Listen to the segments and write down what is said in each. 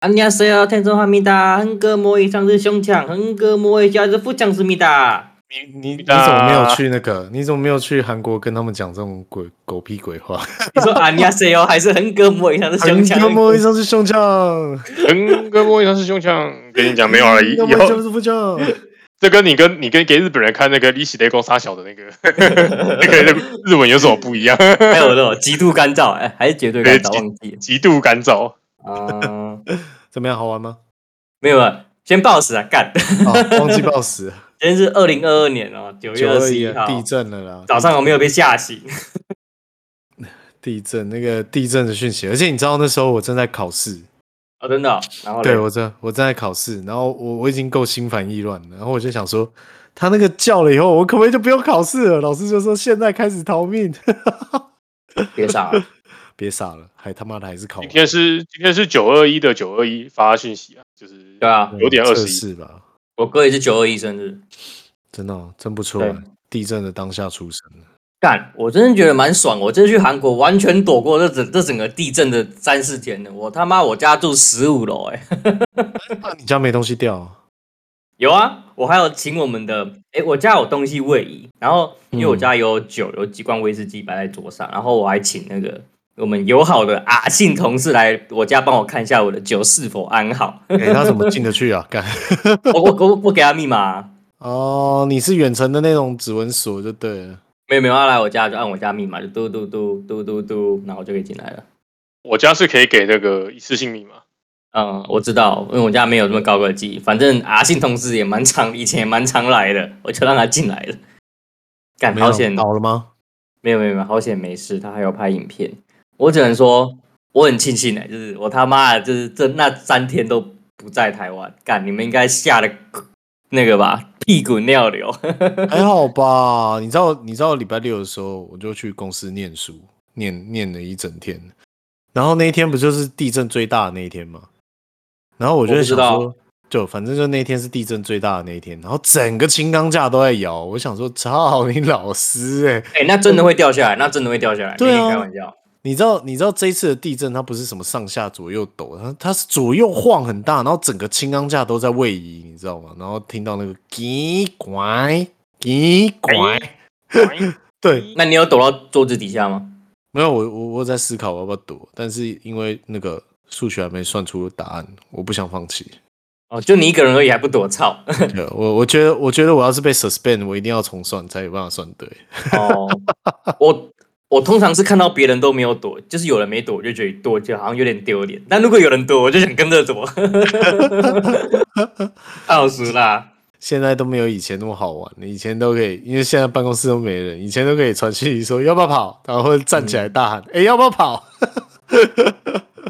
안녕하세요，天中화입니다。横膈膜以上是胸腔，横膈膜以下是腹腔，是米达。你你你怎么没有去那个？你怎么没有去韩国跟他们讲这种鬼狗屁鬼 话？哎你说안녕하세요还 是横膈膜以上是胸腔？一上是胸腔，横膈膜以上是胸腔， 跟你讲没哎有啊了，以以后是腹 腔。这跟你跟你跟给日本人看那个利息雷公杀小的那个 那个日文有什么不一样？还有那种极度干燥，哎，还是绝对干燥，对忘记了。极度干燥，啊，怎么样？好玩吗？没有啊，先报时啊，干。啊，忘记报 时，今天是二零二二年哦，九月九二二十一一号，地震了啦！早上我没有被吓醒。地震那个地震的讯息，而且你知道那时候我正在考试，哦，真的哦。然后嘞对我正我正在考试，然后我我已经够心烦意乱了，然后我就想说，他那个叫了以后，我可不可以就不用考试了？老师就说现在开始逃命， 别傻了，别傻了，还他妈的还是考今天是今天是九二一的九二一发讯息啊，就是对啊，九点二十一，四吧？我哥也是九二一生日。真的、哦、真不错、对啊，地震的当下出生的， 干，我真的觉得蛮爽。我这次去韩国完全躲过这整这整个地震的三四天的。我他妈我家住十五楼，哎，啊你家没东西掉啊、 有啊，我还有请我们的，哎，我家有东西位移，然后因为我家有酒，有几罐威士忌摆在桌上，然后我还请那个我们友好的阿信同事来我家帮我看一下我的酒是否安好。 哎、他怎么进得去啊？ 干我我我我给他密码啊、哦，你是远程的那种指纹锁就对了。没有没有，他来我家就按我家密码，就嘟嘟嘟嘟嘟嘟，然后我就可以进来了。我家是可以给那个一次性密码，嗯，我知道，因为我家没有这么高科技。反正阿信同事也蛮常，以前也蛮常来的，我就让他进来了。干，没好有险，倒了吗？没有没有没有，好险没事，他还有拍影片。我只能说，我很庆幸哎、就是我他妈的，就是这那三天都不在台湾。干，你们应该吓得那个吧，屁滚尿流。 还好吧。你知道，你知道礼拜六的时候，我就去公司念书，念念了一整天。然后那一天不就是地震最大的那一天吗？然后我就我在不知想道说，就反正就那一天是地震最大的那一天，然后整个青钢架都在摇。我想说，操你老师哎、哎、那真的会掉下来，那真的会掉下来，对啊没跟你开玩笑。你知道，你知道这一次的地震，它不是什么上下左右抖，它它是左右晃很大，然后整个青钢架都在位移，你知道吗？然后听到那个叽拐叽哎拐，对，那你有躲到桌子底下吗？没有我我我在思考我要不要躲，但是因为那个数学还没算出答案，我不想放弃。哦，就你一个人而已，还不躲，操！对 我我觉得我觉得我要是被 suspend，我一定要重算才有办法算对。哦， 我我通常是看到别人都没有躲，就是有人没躲，我就觉得躲就好像有点丢脸。但如果有人躲，我就想跟着躲， 笑死啦！现在都没有以前那么好玩了，以前都可以，因为现在办公室都没人，以前都可以传讯息说要不要跑，然后站起来大喊：“哎、要不要跑？”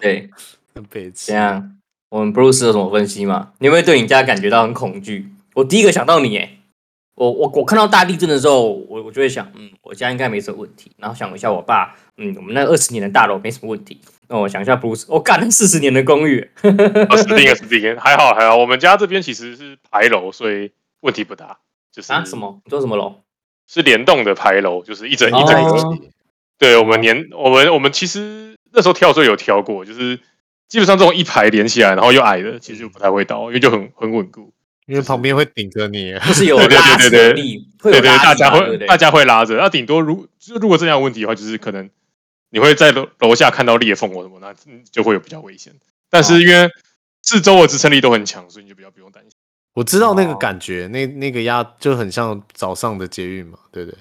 对，很悲这催。样我们 Bruce 有什么分析吗？你有没有对你家感觉到很恐惧？我第一个想到你，哎，我我我看到大地震的时候，我我就会想，嗯，我家应该没什么问题。然后想一下我爸，嗯，我们那二十年的大楼没什么问题。那我想一下 Bruce，我干四十年的公寓，啊，死定了，死定了，还好还好，我们家这边其实是牌楼，所以问题不大。就是啊，什么？你说什么楼？是联动的牌楼，就是一整一整个。哦对我们年我们我们其实那时候跳的时候有挑过，就是基本上这种一排连起来，然后又矮的，其实就不太嗯会倒，因为就很很稳固。因为旁边会顶着你。就是有对对拉对扯对对力，会对有对，拉扯大家嘛会对不大对？家会拉着，那顶多如就如果真的有问题的话，就是可能你会在楼楼下看到裂缝或什么，那就会有比较危险。但哦是因为四周的支撑力都很强，所以你就比较不用担心。我知道那个感觉，那那个压就很像早上的捷运嘛，对不对？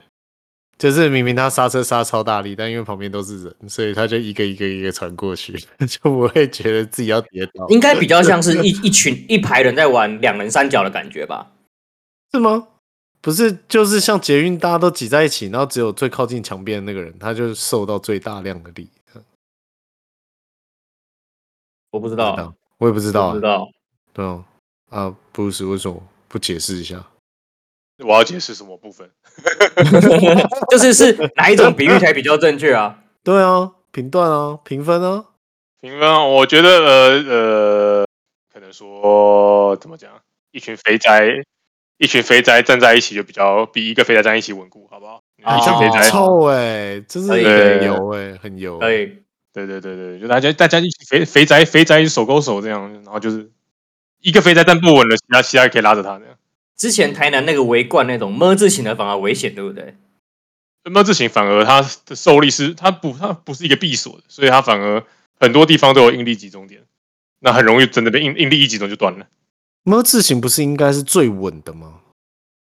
就是明明他刹车刹超大力，但因为旁边都是人，所以他就一个一个一个传过去， 就不会觉得自己要跌倒，应该比较像是一一群一排人在玩两人三角的感觉吧？是吗？不是，就是像捷运大家都挤在一起，然后只有最靠近墙边的那个人，他就受到最大量的力。我不知不知道道，我也不知哦道不啊知，道，对啊，啊，布鲁斯为什么不解释一下？我要解释什么部分？就是是哪一种比喻才比较正确啊？对啊，评断啊，评分啊，评分，我觉得呃呃，可能说怎么讲，一群肥宅，一群肥宅站在一起就比较比一个肥宅站在一起稳固，好不好？哦一群肥很宅，臭哎，真是可以很油哎，很油。可以，对对对对，就大家大家一起肥肥宅肥宅手勾手这样，然后就是一个肥宅站不稳了，其他其他可以拉着他这样。之前台南那个围冠那种么字形的反而危险，对不对？那字形反而它的受力是它不它不是一个闭锁的，所以它反而很多地方都有应力集中点，那很容易真的被应应力一集中就断了。么字形不是应该是最稳的吗？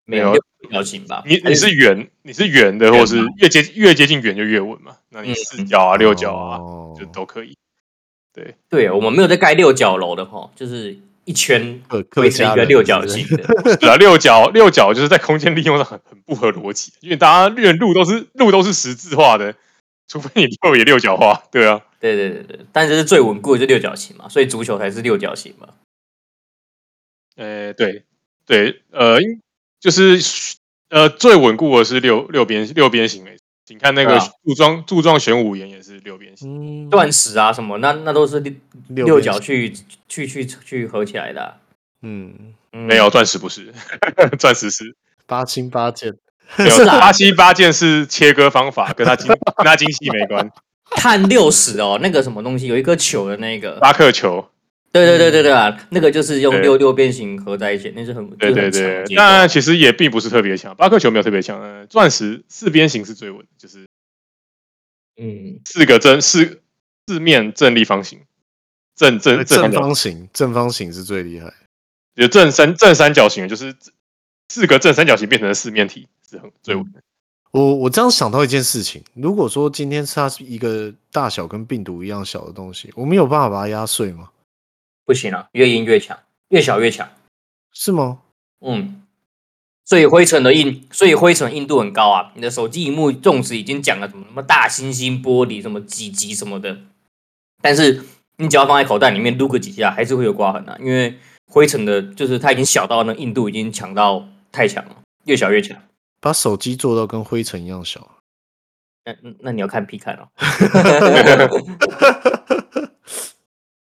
没没有有表情吧？你还你是圆，你是圆的，圆或嘛是越接越接近圆就越稳嘛？那你嗯四角啊、六角啊，哦就都可以。对我们没有在盖六角楼的哈，就是一圈客客围成家一个人六角是不是形的，对啊，六角六角就是在空间利用上很很不合逻辑，因为大家越路都是路都是十字化的，除非你六也六角化，对啊。对对对对，但是最稳固的就六角形嘛，所以足球才是六角形嘛。呃，对对，呃，因就是呃最稳固的是六六边六边形没错，请看那对个啊柱状柱状玄武岩也是六边形，嗯，断石啊什么，那那都是六六六边角形，去去去去合起来的啊、嗯，嗯没有钻石不是， 钻 石是八星八箭，没有是啊巴西八剑是切割方法，跟它精跟它精细 没关，碳六十哦，那个什么东西有一颗球的那个，巴克球，对对对对对啊，那个就是用嗯对六六边形合在一起，那是很对对对，但其实也并不是特别强，巴克球没有特别强，呃，钻石四边形是最稳的，就是嗯，四个正四四面正立方形，正正对正正方角方形，正方形是最厉害。有正三正三角形，就是四个正三角形变成了四面体，是很最稳的。我我这样想到一件事情，如果说今天它是一个大小跟病毒一样小的东西，我们有办法把它压碎吗？不行啊，越硬越强，越小越强，是吗？嗯。所以灰尘的硬，所以灰尘硬度很高啊！你的手机荧幕纵使已经讲了什么什么大猩猩玻璃什么几级什么的，但是你只要放在口袋里面撸个几下，还是会有刮痕啊，因为灰尘的就是它已经小到那硬度已经强到太强了，越小越强。把手机做到跟灰尘一样小， 那那你要看 P 看哦。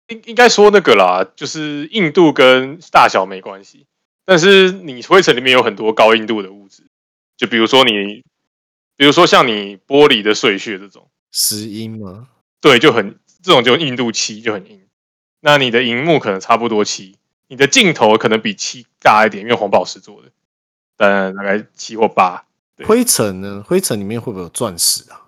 应应该说那个啦，就是硬度跟大小没关系，但是你灰尘里面有很多高硬度的物质，就比如说你，比如说像你玻璃的碎屑这种，石英吗？对，就很这种就硬度七就很硬。那你的荧幕可能差不多七，你的镜头可能比七大一点，因为红宝石做的，但大概七或八，对灰尘呢？灰尘里面会不会有钻石啊？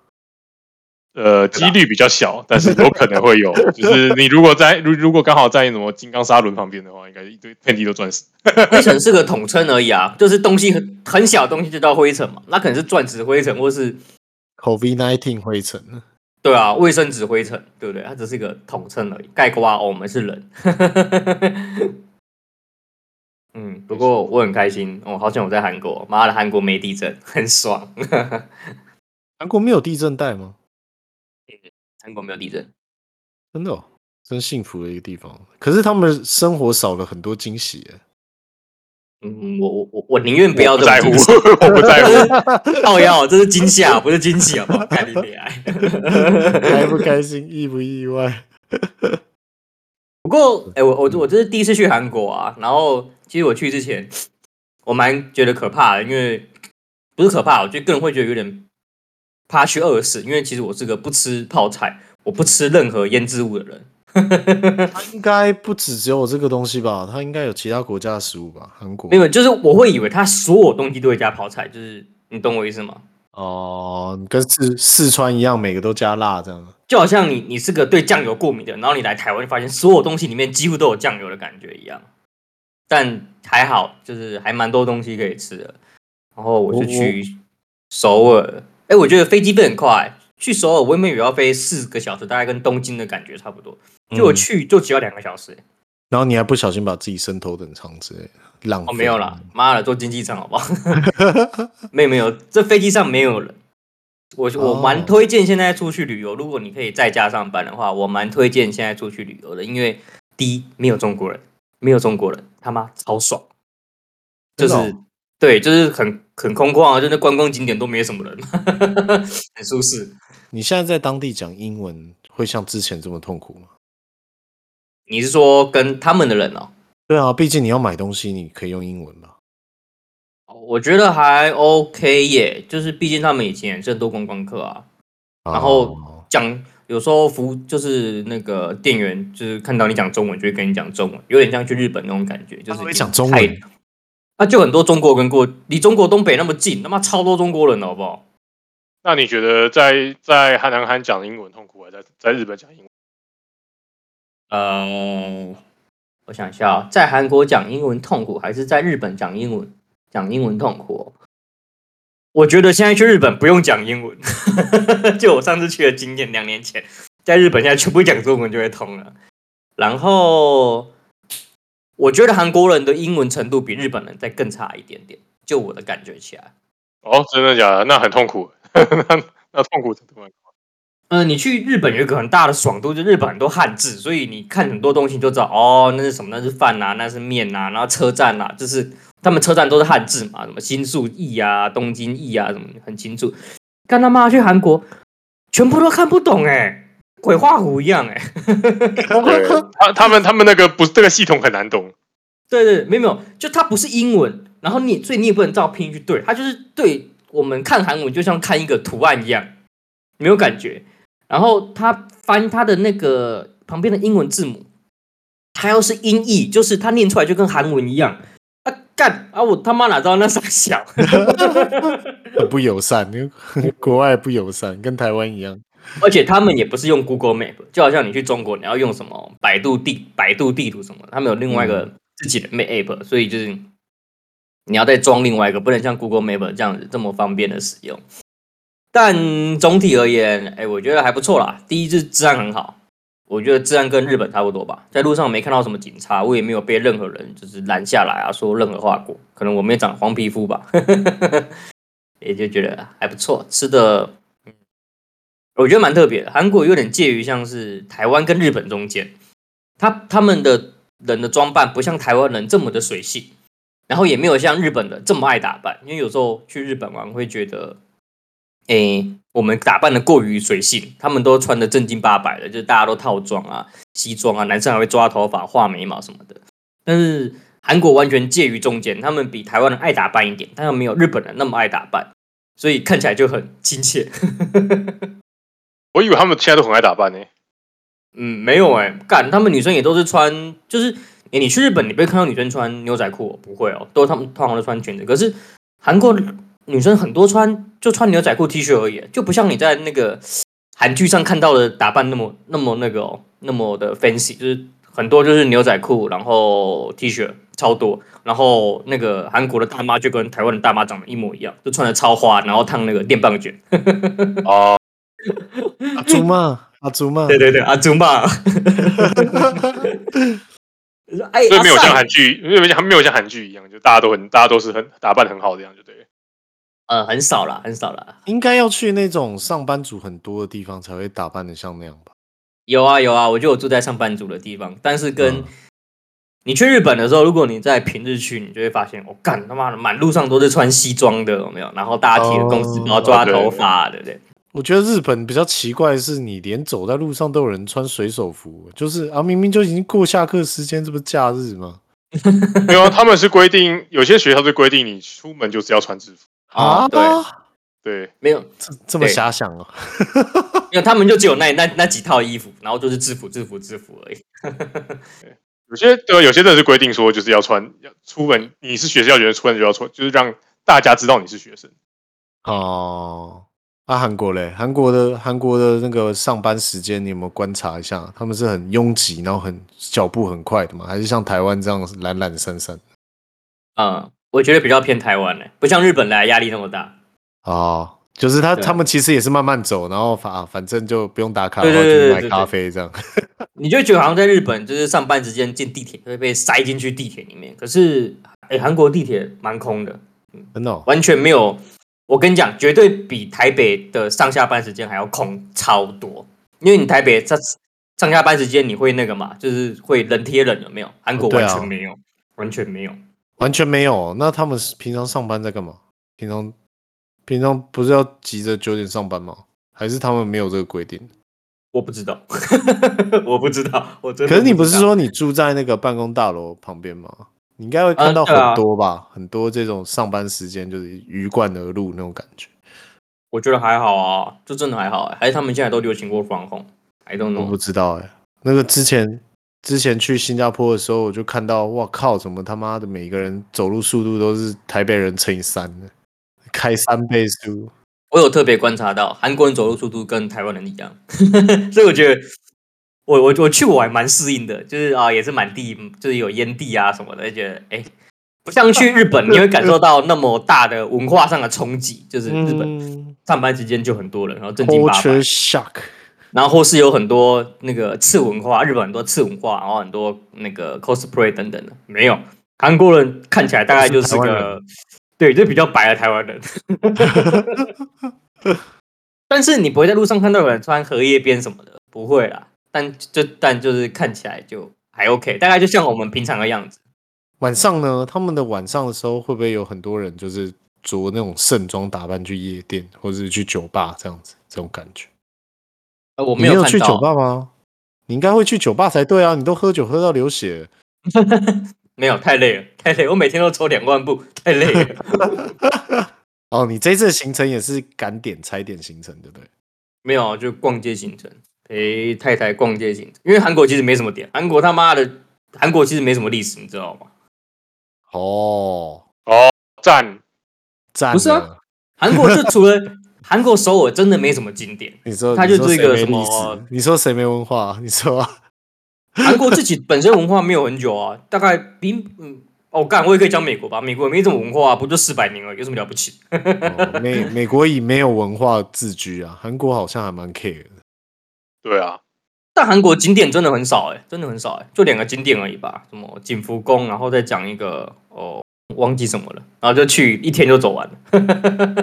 呃，几率比较小，但是有可能会有。就是你如果在如如果刚好在什么金刚砂轮旁边的话，应该一堆遍地都钻石。灰尘是个统称而已啊，就是东西很很小的东西就叫灰尘嘛，那可能是钻石灰尘或是 COVID nineteen 灰尘呢？对啊卫生纸灰尘，对不对？它只是一个统称而已，概括啊、哦我们是人。 嗯，不过我很开心，我、好想我在韩国，妈的韩国没地震， 很爽。韩国没有地震带吗？韩国没有地震，真的、哦，真幸福的一个地方。可是他们生活少了很多惊喜耶。嗯，我我我我宁愿不要我不这在乎，种 惊喜，我不在乎。 靠腰，这是惊吓，不是惊喜，好不好？看你恋爱。开不开心，意不 意外？不过，哎、我我我这是第一次去韩国啊，然后其实我去之前，我蛮觉得可怕的，因为不是可怕，我就个人会觉得有点怕去饿死，因为其实我是个不吃泡菜，我不吃任何腌制物的人。 它应该不只只有这个东西吧？它应该有其他国家的食物吧？韩国没有，就是我会以为它所有东西都会加泡菜，就是你懂我意思吗？哦，你跟四四川一样，每个都加辣这样。就好像你你是个对酱油过敏的人，然后你来台湾发现所有东西里面几乎都有酱油的感觉一样。但还好，就是还蛮多东西可以吃的。然后我我就去首尔，哎、我觉得飞机飞很快、去首尔我原本以为要飞四个小时，大概跟东京的感觉差不多，结果嗯去就只要两个小时、然后你还不小心把自己伸头等舱之类的，浪哦，费。没 有啦，妈的，坐经济舱好不好？没有没有，这飞机上没有人，我哦我蛮推荐现在出去旅游，如果你可以在家上班的话，我蛮推荐现在出去旅游的，因为第一没有中国人，没有中国人，他妈超爽，就真是、的哦对，就是很很空旷啊，就那观光景点都没什么人， 很舒适。你现在在当地讲英文会像之前这么痛苦吗？你是说跟他们的人哦？对啊，毕竟你要买东西，你可以用英文吧？我觉得还 OK 耶，就是毕竟他们以前也是很多观光客啊，然后哦讲有时候服务就是那个店员就是看到你讲中文就会跟你讲中文，有点像去日本那种感觉，就是他会你讲中太文，那就很多中国跟过离中国东北那么近，他妈超多中国人了，好不好？那你觉得在在汉南汉讲英文痛苦，还是在在日本讲英文？呃，我想一下啊、在韩国讲英文痛苦，还是在日本讲英文讲英文痛苦哦、我觉得现在去日本不用讲英文， 就我上次去的经验，两年前在日本现在全部讲中文就会通了。然后我觉得韩国人的英文程度比日本人再更差一点点，就我的感觉起来。哦，真的假的？那很痛苦， 那那痛苦怎么？呃，你去日本有一个很大的爽度，就日本很多汉字，所以你看很多东西你就知道，哦，那是什么？那是饭啊，那是面啊，然后车站啊，就是他们车站都是汉字嘛，什么新宿驿啊、东京驿啊，什么很清楚。干他妈去韩国，全部都看不懂哎、鬼画符一样哎、对，他他们他们那个不，这个系统很难懂。对对，没有没有，就它不是英文，然后你所以你也不能照拼音去对，它就是对我们看韩文就像看一个图案一样，没有感觉。然后它翻它的那个旁边的英文字母，它要是音译，就是它念出来就跟韩文一样。啊干啊！我他妈哪知道那傻小？很不友善， 因为国外不友善，跟台湾一样。而且他们也不是用 Google Map，就好像你去中国，你要用什么百度地、百度地图什么的，他们有另外一个自己的 Map App，所以就是你要再装另外一个，不能像 Google Map 这样子这么方便的使用。但总体而言，哎、我觉得还不错啦。第一是治安很好，我觉得治安跟日本差不多吧，在路上没看到什么警察，我也没有被任何人就是拦下来啊，说任何话过。可能我没长黄皮肤吧， 也就觉得还不错，吃的我觉得蛮特别的。韩国有点介于像是台湾跟日本中间，他他们的人的装扮不像台湾人这么的随性，然后也没有像日本人这么爱打扮。因为有时候去日本玩会觉得，诶、我们打扮的过于随性，他们都穿的正经八百的，就是大家都套装啊、西装啊，男生还会抓头发、画眉毛什么的。但是韩国完全介于中间，他们比台湾人爱打扮一点，但又没有日本人那么爱打扮，所以看起来就很亲切。 我以为他们现在都很爱打扮呢、嗯，没有哎、干，他们女生也都是穿，就是、诶你去日本，你不会看到女生穿牛仔裤、哦，不会哦，都他们通常都穿裙子。可是韩国女生很多穿就穿牛仔裤、T 恤而已，就不像你在那个韩剧上看到的打扮那么那么那个哦，那么的 fancy，就是很多就是牛仔裤，然后 T 恤超多，然后那个韩国的大妈就跟台湾的大妈长得一模一样，就穿的超花，然后烫那个电棒卷。哦，阿朱嘛，阿朱嘛，对对对，阿祖 玛，哎， 所以没有阿像尚韩剧，没有像没有像韩剧一样，就大家都很大家都是很打扮很好的样，就对 了。呃，很少啦，很少啦。应该要去那种上班族很多的地方才会打扮的像那样吧？有啊有啊，我就有住在上班族的地方，但是跟、嗯你去日本的时候，如果你在平日去，你就会发现，我、哦干他妈的，满路上都是穿西装的，有没有？然后大家提着公司包哦抓对头发，对不对？我觉得日本比较奇怪的是，你连走在路上都有人穿水手服，就是啊，明明就已经过下课时间，这不是假日吗？没有啊，他们是规定，有些学校是规定你出门就是要穿制服。啊，对，对，没有，这 这么对遐想哦、因为他们就只有那那那几套衣服，然后就是制服、制服、制服而已。有些对，有些真的是规定说就是要穿，要出门你是学校学生出门就要穿，就是让大家知道你是学生。哦，啊，韩国嘞，韩国的韩国的那个上班时间，你有没有观察一下？他们是很拥挤，然后很脚步很快的吗？还是像台湾这样懒懒散散？嗯，我觉得比较偏台湾呢、不像日本来压力那么大。哦，就是他对他们其实也是慢慢走，然后反、啊反正就不用打卡，对然后对对去对买对咖对啡这样。 你就觉得好像在日本，就是上班时间进地铁会被塞进去地铁里面，可是哎，韩国地铁蛮空的，真的哦、完全没有我跟你讲，绝对比台北的上下班时间还要空超多，因为你台北上上下班时间你会那个嘛，就是会人贴人，有没有？韩国哦对完啊全没有，完全没有。完全没有。那他们是平常上班在干嘛？平常平常不是要急着九点上班吗？还是他们没有这个规定？我不知道， 我不知道，我真的。可是你不是说你住在那个办公大楼旁边吗？你应该会看到呃对啊很多吧，很多这种上班时间就是鱼贯而入那种感觉。我觉得还好啊，就真的还好、欸，还是他们现在都流行过防控，I don't 我不 know。知道哎、那个之前之前去新加坡的时候，我就看到，哇靠，怎么他妈的每个人走路速度都是台北人乘以三的，开三倍速。我有特别观察到，韩国人走路速度跟台湾人一样， 所以我觉得我我我去我还蛮适应的，就是啊、也是满地就是有烟蒂啊什么的，就觉得哎、不像去日本，你会感受到那么大的文化上的冲击，就是日本嗯上班时间就很多人，然后正经八百，culture。shock。然后或是有很多那个次文化，日本很多次文化，然后很多那个 cosplay 等等的，没有韩国人看起来大概就是都是台湾个，对，就比较白的台湾 人。但是你不会在路上看到有人穿荷叶边什么的，不会啦。但就但就是看起来就还 OK，大概就像我们平常的样子。晚上呢，他们的晚上的时候会不会有很多人就是着那种盛装打扮去夜店或者是去酒吧这样子这种感觉？呃我你没有看去到酒，吧吗？你应该会去酒吧才对啊！你都喝酒喝到流血了，没有太累了，太累了，我每天都走两万步，太累了。哦，你这次的行程也是赶点踩点行程，对不对？没有，啊就逛街行程，陪太太逛街行程。因为韩国其实没什么点，韩国他妈的，韩国其实没什么历史，你知道吗？哦，哦，赞，赞！不是啊，韩国就除了韩国首尔真的没什么景点，你说它你就说是一谁个没什历么史？你说谁没文化？你说 啊、 韩国自己本身文化没有很久啊，大概比嗯。哦，干，我也可以讲美国吧，美国也没什么文化、啊，不就四百年而已，有什么了不起？哦美美国以没有文化自居啊，韩国好像还蛮 care 的。对啊，但韩国景点真的很少哎、真的很少哎、就两个景点而已吧，什么景福宫，然后再讲一个哦，忘记什么了，然后就去一天就走完了。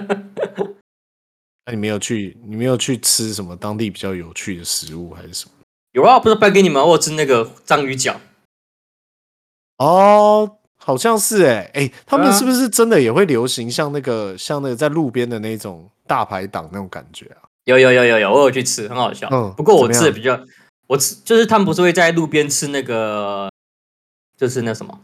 那你没有去，你没有去吃什么当地比较有趣的食物还是什么？有啊，不是颁给你们，我有吃那个章鱼脚，哦，好像是哎、哎、他对们啊是不是真的也会流行像那个像那个在路边的那种大排档那种感觉啊？有有有有有，我有去吃，很好笑。嗯不过我怎吃么的样比较，我吃就是他们不是会在路边吃那个，就是那什么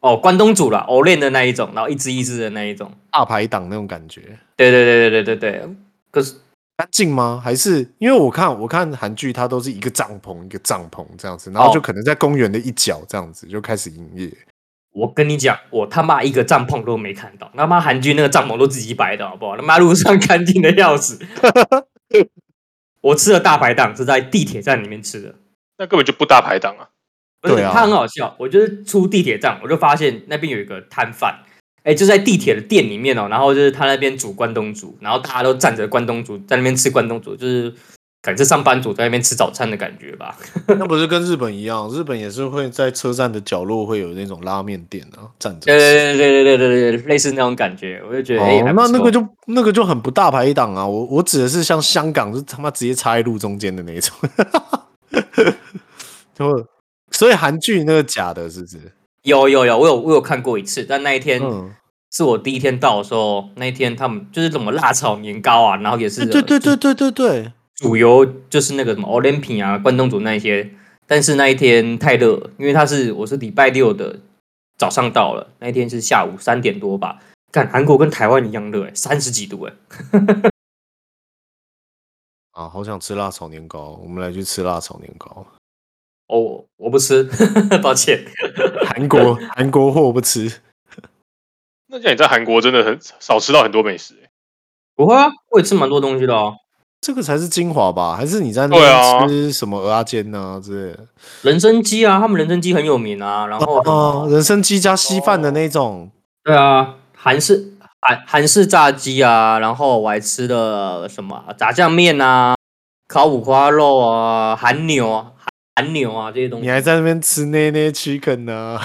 哦，关东煮啦，藕链的那一种，然后一只一只的那一种。大排档那种感觉，对对对对对对对。可是干净吗？还是因为我看我看韩剧，它都是一个帐篷一个帐篷这样子，然后就哦可能在公园的一角这样子就开始营业。我跟你讲，我他妈一个帐篷都没看到，他妈韩剧那个帐篷都自己摆的好不好？他妈路上干净的要死。 我吃的大排档是在地铁站里面吃的，那根本就不大排档啊。不是，对啊他很好笑。我就是出地铁站，我就发现那边有一个摊贩，哎、就在地铁的店里面哦。然后就是他那边煮关东煮，然后大家都站着关东煮，在那边吃关东煮，就是可能是上班族在那边吃早餐的感觉吧。那不是跟日本一样，日本也是会在车站的角落会有那种拉面店啊，站着对吃。对对对对对对，类似那种感觉，我就觉得哎、哦还，不那错那个就那个就很不大排档啊！我我指的是像香港，是他妈直接插在路中间的那一种， 就所以韩剧那个假的，是不是？有有有，我有我有看过一次，但那一天。嗯，是我第一天到的时候，那一天他们就是什么辣炒年糕啊，然后也是对对对对对对对，主游就是那个什么 Olympic 啊、关东煮那一些，但是那一天太热了，因为他是我是礼拜六的早上到了，那一天是下午三点多吧。看韩国跟台湾一样热、欸，三十几度哎、啊，好想吃辣炒年糕，我们来去吃辣炒年糕。哦，我不吃， 抱歉。韩国韩国货不吃，那这样你在韩国真的很少吃到很多美食、欸，不会啊，我也吃蛮多东西的哦、这个才是精华吧？还是你在那对啊边吃什么鹅阿煎呐、啊、之类的？人参鸡啊，他们人参鸡很有名啊。然后，哦，人参鸡加稀饭的那种，对啊，韩式韩韩式炸鸡啊，然后我还吃了什么炸酱面啊、烤五花肉啊、韩牛啊、韩牛啊这些东西你。还在那边吃那那 chicken 呢、 啊，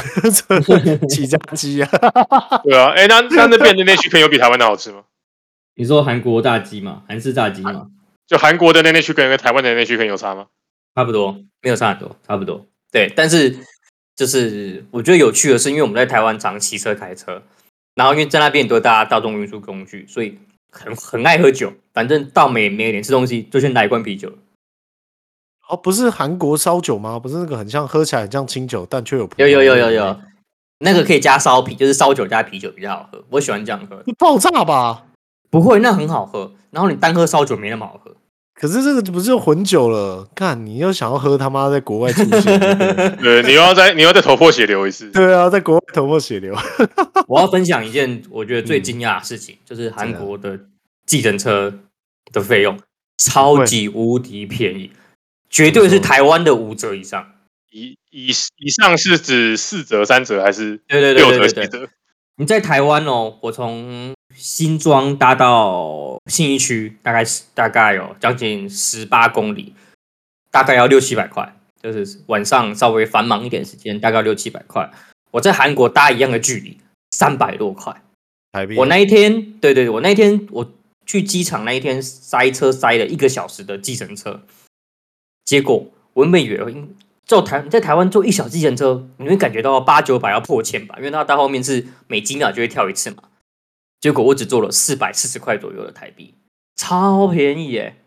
起家鸡啊？对啊，哎、那那那边的那 chicken 有比台湾的好吃吗？你说韩国炸鸡嘛，韩式炸鸡嘛，就韩国的那内区跟跟台湾的那区跟有差吗？差不多，没有差很多。差不多。对，但是就是我觉得有趣的是，因为我们在台湾常骑车开车，然后因为在那边都搭大众运输工具，所以很很爱喝酒。反正到每每年吃东西就先来一罐啤酒，哦，不是韩国烧酒吗？不是那个很像喝起来很像清酒，但却有葡有萄有有有味有，那个可以加烧啤，就是烧酒加啤酒比较好喝。我喜欢这样喝，会爆炸吧？不会，那很好喝。然后你单喝烧酒没那么好喝，可是这个不是就混酒了？看你又想要喝他妈在国外出现的 那个，对，你又要再你又要再头破血流一次。对啊，在国外头破血流。我要分享一件我觉得嗯最惊讶的事情，就是韩国的计程车的费嗯用超级无敌便宜，绝对是台湾的五折以上。以以以上是指四折、三折还是对对对六对折、对七对，折？你在台湾哦，我从新庄搭到信义区，大概是大概有将近十八公里，大概要六七百块，就是晚上稍微繁忙一点时间，大概六七百块。我在韩国搭一样的距离，三百多块。台币，我那一天，对对，对我那一天我去机场那一天塞车塞了一个小时的计程车，结果我原本以为坐台在台湾坐一小时计程车，你会感觉到八九百要破千吧，因为它到后面是每几秒就会跳一次嘛。结果我只做了四百四十块左右的台币，超便宜耶、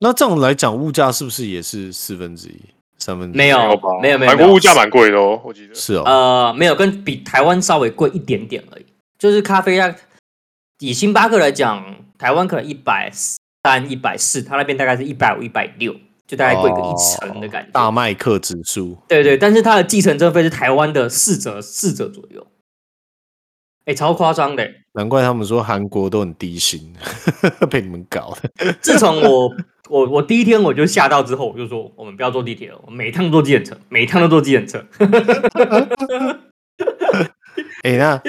那这样来讲，物价是不是也是四分之一、三分之一？没有没有吧？没有没有韩国物价蛮贵的哦，我记得。是哦，呃，没有，跟比台湾稍微贵一点点而已。就是咖啡啊，以星巴克来讲，台湾可能一百三、一百四，它那边大概是一百五、一百六，就大概贵个一成的感觉。哦大麦克指数，对对，但是它的计程车费是台湾的四折、四折左右。哎，超夸张的！难怪他们说韩国都很低薪， 被你们搞的。自从我 我我第一天我就吓到之后，我就说我们不要坐地铁了，我们每趟坐计程车，每趟都坐计程车。哎、那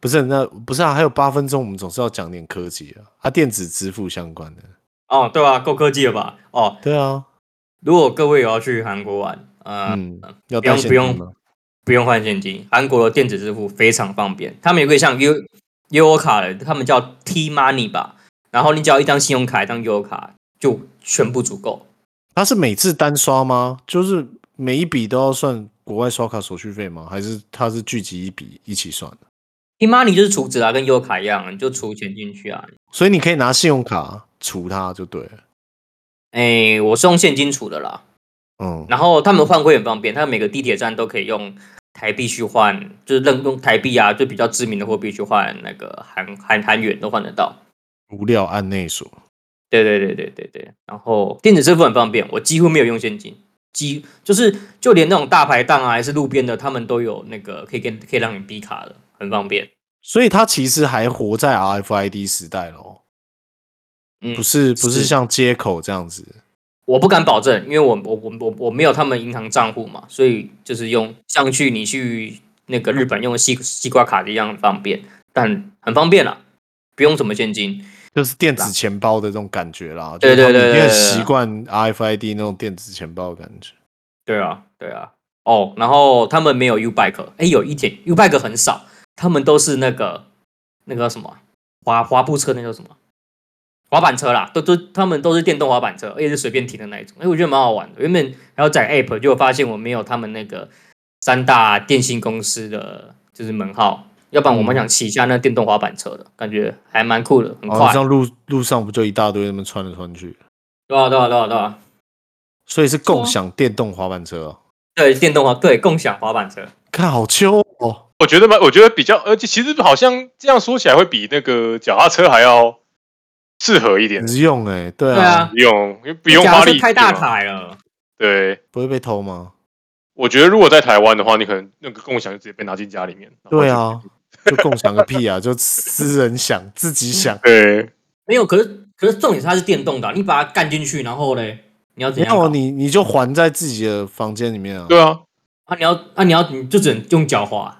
不是那不是啊，还有八分钟，我们总是要讲点科技啊，啊，电子支付相关的。哦，对啊，够科技了吧？哦，对啊，如果各位有要去韩国玩，呃，嗯，要不用带现不用金吗？不用换现金。韩国的电子支付非常方便，他们有个像 U U O 卡的，他们叫 T Money 吧，然后你只要一张信用卡，一张 U O 卡就全部足够。他是每次单刷吗？就是每一笔都要算国外刷卡手续费吗？还是他是聚集一笔一起算的？ T Money 就是储值啊，跟 U O 卡一样，你就储钱进去啊。所以你可以拿信用卡除它就对了。哎，我是用现金储的啦，嗯，然后他们换汇很方便，他们每个地铁站都可以用台币去换，就是任用台币啊，就比较知名的货币去换那个韩韩韩元都换得到。无料按内锁。对对对对对对。然后电子支付很方便，我几乎没有用现金，几就是就连那种大排档啊，还是路边的，他们都有那个可以跟可以让你逼卡的，很方便。所以它其实还活在 RFID 时代咯，嗯不，是不是是像接口这样子。我不敢保证，因为我我我我我没有他们银行账户嘛，所以就是用像去你去那个日本用西西瓜卡一样很方便，但很方便啦，不用什么现金。就是电子钱包的这种感觉啦，对就是他对对们已经对对很对习惯 RFID 那种电子钱包的感觉。对啊，对啊。哦，然后他们没有 U Bike，哎，有一点 U Bike 很少，他们都是那个那个什么啊滑滑步车，那叫什么啊滑板车啦，都都他们都是电动滑板车，而且是随便停的那一种。哎，我觉得蛮好玩的。原本还要载 App，结果发现我没有他们那个三大电信公司的就是门号，要不然我蛮想骑一下那电动滑板车的，感觉还蛮酷的，很快。嗯哦，像路路上不就一大堆他们穿来穿去，对啊，对啊，对啊，对啊。所以是共享电动滑板车、哦，对，电动滑，对，共享滑板车。看好秋哦。我觉得蛮，我觉得比较，而且其实好像这样说起来会比那个脚踏车还要适合一嗯点，实用哎、对啊，对啊不用因为不用花假设力气哦太大嘛。台了。对，不会被偷吗？我觉得如果在台湾的话，你可能那个共享就直接被拿进家里面。对啊，就共享个屁啊， 就私人想自 己想。对，没有，可是可是重点是它是电动的啊、你把它干进去，然后嘞，你要怎没样搞？有你你就还在自己的房间里面啊。对啊，啊，你要啊，你要你就只能用脚滑。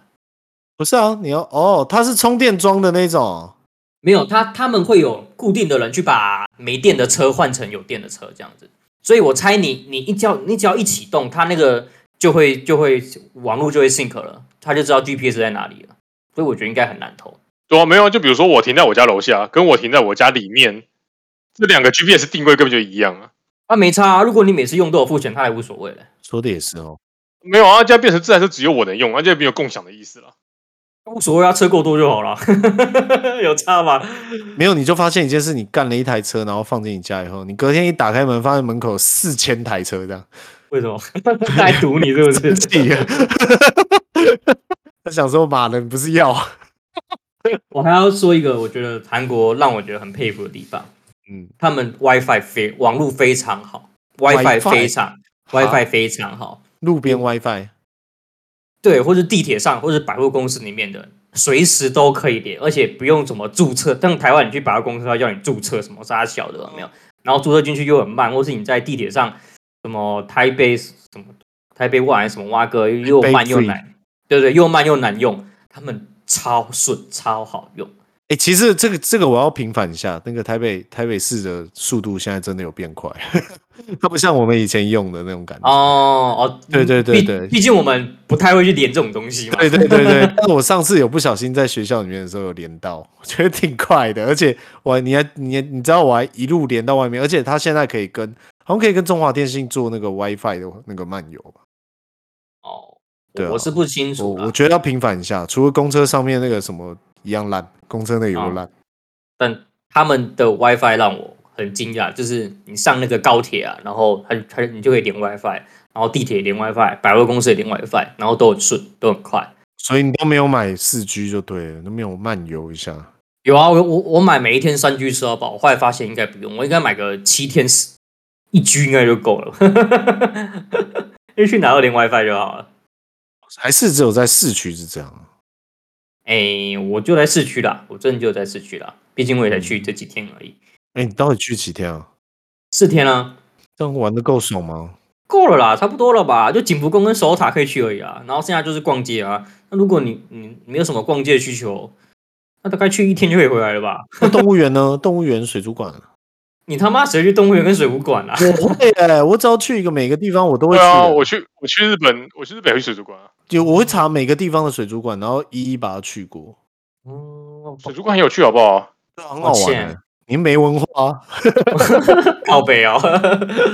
不是啊，你要哦，它是充电桩的那种哦。没有，他他们会有固定的人去把没电的车换成有电的车这样子，所以我猜你你一叫你只要一启动，它那个就会就会网络就会 sync 了，它就知道 GPS 在哪里了，所以我觉得应该很难投。对啊，没有啊，就比如说我停在我家楼下，跟我停在我家里面，这两个 GPS 定位根本就一样啊。啊，没差、啊。如果你每次用都有付钱，他还无所谓嘞。说的也是哦。没有啊，现在变成自台车只有我能用，而且没有共享的意思了。无所谓啊，车够多就好了， 有差吗？没有，你就发现一件事：你干了一台车，然后放进你家以后，你隔天一打开门，发现门口四千台车这样， 为什么？ 他还堵你是不是？气啊！他想说马人不是要，我还要说一个，我觉得韩国让我觉得很佩服的地方，嗯，他们 WiFi 非网络非常好，WiFi WiFi 非常好 WiFi 非常好，路边 WiFi，对，或是地铁上，或是百货公司里面的，随时都可以连，而且不用怎么注册。像台湾你去百货公司，他叫你注册什么啥小的有没有，然后注册进去又很慢，或是你在地铁上什么台北什么台北万还是什么蛙哥又慢又难，对对，又慢又难用，他们超顺超好用。哎、其实这个这个我要平反一下，那个台北台北市的速度现在真的有变快， 它不像我们以前用的那种感觉。哦哦，对对对毕对毕竟我们不太会去连这种东西嘛。对对对对， 但我上次有不小心在学校里面的时候有连到，我觉得挺快的，而且我还你还你还你知道我还一路连到外面，而且它现在可以跟好像可以跟中华电信做那个 WiFi 的那个漫游吧。哦，对啊我是不清楚我啦我，觉得要平反一下，除了公车上面那个什么一样烂，公车那个有个啊烂，但他们的 WiFi 让我很惊讶，就是你上那个高铁啊，然后它它你就可以连 WiFi，然后地铁也连 WiFi，百货公司也连 WiFi，然后都很顺，都很快。所以你都没有买四 G 就对了，都没有漫游一下。有啊，我我我买每一天三 G 吃到饱，我后来发现应该不用，我应该买个七天十一 G 应该就够了， 因为去哪都连 WiFi 就好了。还是只有在市区是这样啊。哎、我就在市区啦，我真的就在市区啦，毕竟我也才去这几天而已，哎、你到底去几天啊？四天啊，这样玩的够爽吗？够了啦，差不多了吧？就景福宫跟首尔塔可以去而已啊，然后剩下就是逛街啊。那如果你你没有什么逛街的需求，那大概去一天就可以回来了吧？那动物园呢？动物园、水族馆，啊你他妈谁去动物园跟水族馆啊？ 我会哎、我只要去一个每个地方我都会对去的。啊，我去我去日本，我去日本也去水族馆啊，就我会查每个地方的水族馆，然后一一把它去过，嗯，水族馆很有趣，好不好？对啊，很好玩、歉欸。您没文化啊，靠北哦，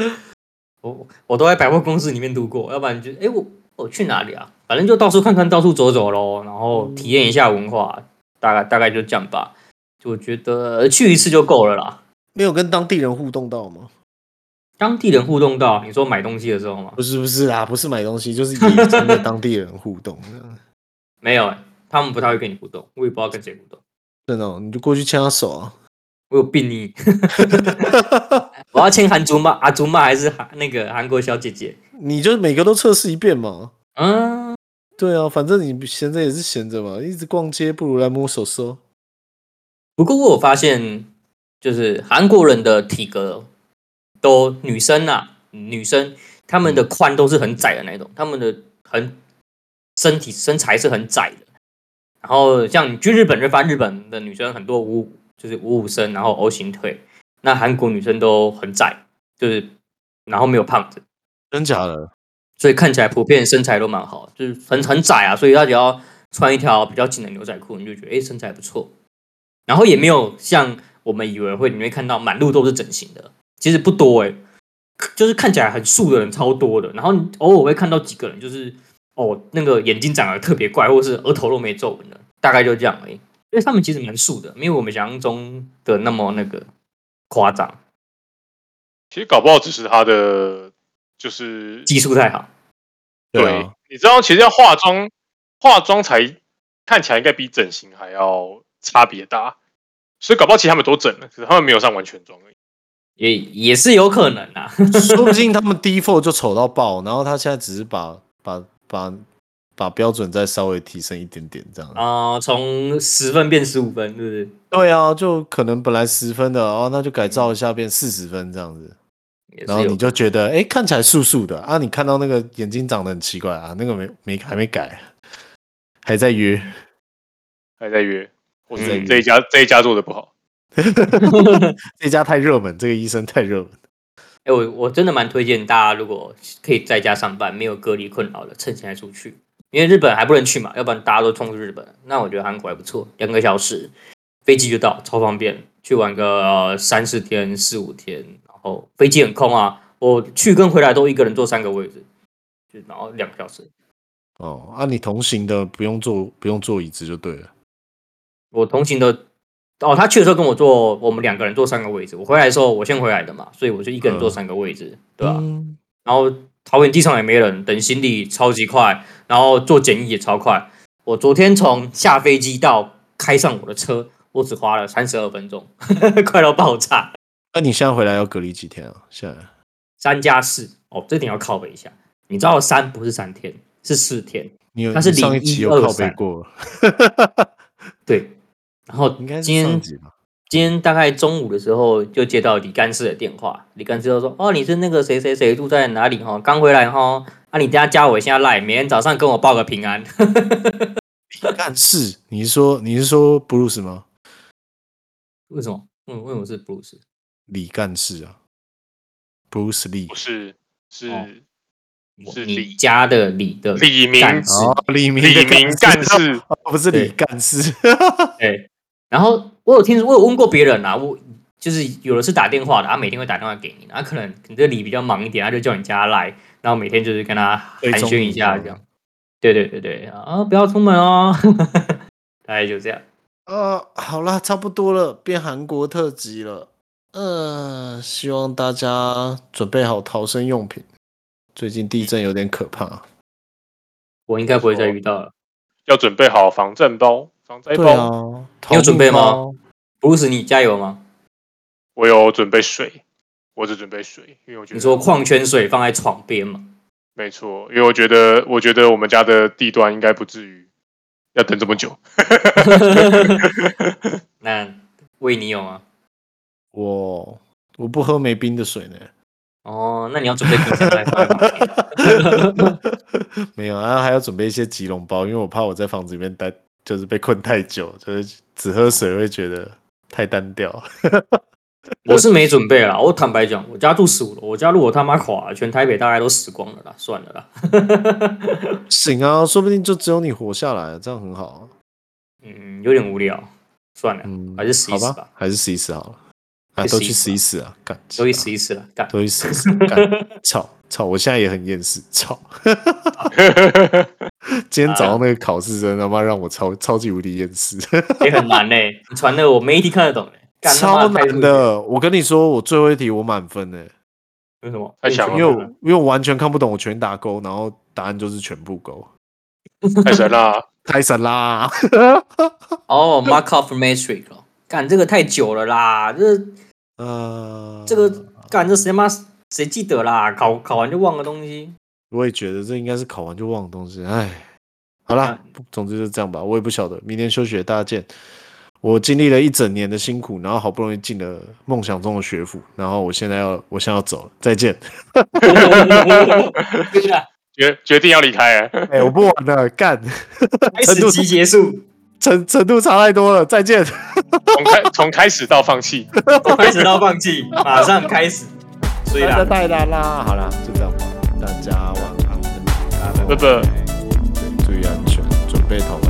我我都在百货公司里面度过，要不然就哎、我我去哪里啊？反正就到处看看，到处走走喽，然后体验一下文化，大概大概就这样吧。就我觉得去一次就够了啦。没有跟当地人互动到吗？当地人互动到，你说买东西的时候吗？不是不是啦，不是买东西，就是野生的当地人互动，没有、欸，他们不太会跟你互动，我也不知道跟谁互动。真的哦、你就过去牵他手啊。我有病你！我要签韩族妈、阿族妈还是韩那个韩国小姐姐？你就每个都测试一遍嘛。嗯，对啊，反正你闲着也是闲着嘛，一直逛街不如来摸手手。不过我有发现，就是韩国人的体格都女生啊，女生她们的髋都是很窄的那种，她们的很身体身材是很窄的。然后像你去日本，就发现日本的女生很多五就是五五身，然后 O 型腿。那韩国女生都很窄，就是然后没有胖子。真假的？所以看起来普遍身材都蛮好，就是很很窄啊，所以他只要穿一条比较紧的牛仔裤，你就觉得哎、诶身材不错，然后也没有像我们以为会你会看到满路都是整形的，其实不多哎、就是看起来很素的人超多的，然后你偶尔会看到几个人就是哦那个眼睛长得特别怪，或者是额头都没皱纹的，大概就这样而已，因为他们其实蛮素的，没有我们想象中的那么那个夸张，其实搞不好只是他的就是技术太好，啊对，你知道其实要化妆，化妆才看起来应该比整形还要差别大，所以搞不好其实他们都整了，只是他们没有上完全妆而已。也也是有可能啊。说不定他们 default 就丑到爆，然后他现在只是把把把把标准再稍微提升一点点这样。啊、从十分变十五分，是不是？对啊，就可能本来十分的哦，那就改造一下变四十分这样子，嗯也然后是你有。就觉得哎、诶看起来素素的啊，你看到那个眼睛长得很奇怪啊，那个没没还没改，还在约， 还在约，我还在约是嗯这一家这一家做的不好，这家太热门，这个医生太热门。哎、我我真的蛮推荐大家，如果可以在家上班，没有隔离困扰的，趁现在出去，因因为日本还不能去嘛，要不然大家都冲去日本。那我觉得韩国还不错，两个小时飞机就到，超方便，去玩个三四、天、四五天，然后飞机很空啊，我去跟回来都一个人坐三个位置，就然后两个小时。哦，啊，你同行的不用坐不用坐椅子就对了。我同行的。哦，他去的时候跟我坐，我们两个人坐三个位置。我回来的时候，我先回来的嘛，所以我就一个人坐三个位置，对吧、啊嗯然后桃园机场也没人，等行李超级快，然后做检疫也超快。我昨天从下飞机到开上我的车，我只花了三十二分钟， 快到爆炸。那、你现在回来要隔离几天啊？现在三加四哦，这点要靠背一下。你知道三不是三天，是四天。你有它是你上一集有靠背0123过了，对，然后应该是今上天集吧？今天大概中午的时候就接到李干事的电话，李干事就说：“哦，你是那个谁谁谁住在哪里哈，刚回来哈，啊，你等下加我一下赖，明天早上跟我报个平安。” 但是你是说你是说 Bruce 吗？为什么？嗯，为什么是布鲁斯？李干事啊，Bruce Lee 不是是哦我李李家的李的李明干事哦，李明的李明干事事，哦，不是对李干事， 对。然后我有听，我有问过别人啊，我就是有的是打电话的，啊他每天会打电话给你，啊然后可能你这李比较忙一点，他就叫你加来，然后每天就是跟他寒暄一下这样。对对对对啊，不要出门哦， 大概就这样。呃，好啦，差不多了，变韩国特辑了。呃，希望大家准备好逃生用品。最近地震有点可怕。我应该不会再遇到了。要准备好防震包、防灾对包。啊，你有准备吗逃命包？布鲁斯，你加油吗？我有准备水，我只准备水，因为我觉得你说矿泉水放在床边 嘛？没错，因为我觉得我觉得我们家的地段应该不至于要等这么久。那为你有吗？我我不喝没冰的水呢。 哦，那你要准备冰箱来放在旁边。没有啊，还要准备一些吉隆包，因为我怕我在房子里面待，就是被困太久，就是只喝水会觉得太单调。 我是没准备啦，我坦白讲，我家住十五楼，我家如果他妈垮了，全台北大概都死光了啦，算了啦。 行啊，说不定就只有你活下来，这样很好啊。嗯，有点无聊，算了，嗯，还是死一好死吧吧，，还是死一死好了。啊，去都死一去死死吧一死啊！干，都去死一死了，干都去死一死！干，操操！我现在也很厌世，操！今啊天早上那个考试真他妈让我超超级无敌厌世，也很难 嘞、你传的我没一题看得懂嘞、干超难。他妈太的。我跟你说，我最后一题我满分呢、为什么？太强因为我了，因为我完全看不懂，我全打勾，然后答案就是全部勾，太哎神啊了！太神啦！哦、m a r k o f Matrix，哦干这个太久了啦，这呃，这个干这谁妈谁记得啦？考考完就忘了东西。我也觉得这应该是考完就忘的东西。哎，好啦，不总之就是这样吧。我也不晓得，明天休学大家见。我经历了一整年的辛苦，然后好不容易进了梦想中的学府，然后我现在要我现在要走了，再见。对啊，决决定要离开欸了，哎、我不玩了，干，开始即结束，程程度差太多了，再见。从开从开始到放弃。从开始到放弃，马上开始。所以啦大家。 太难啦，好啦，就这样吧，大家晚安，拜拜注意安全，准备逃生。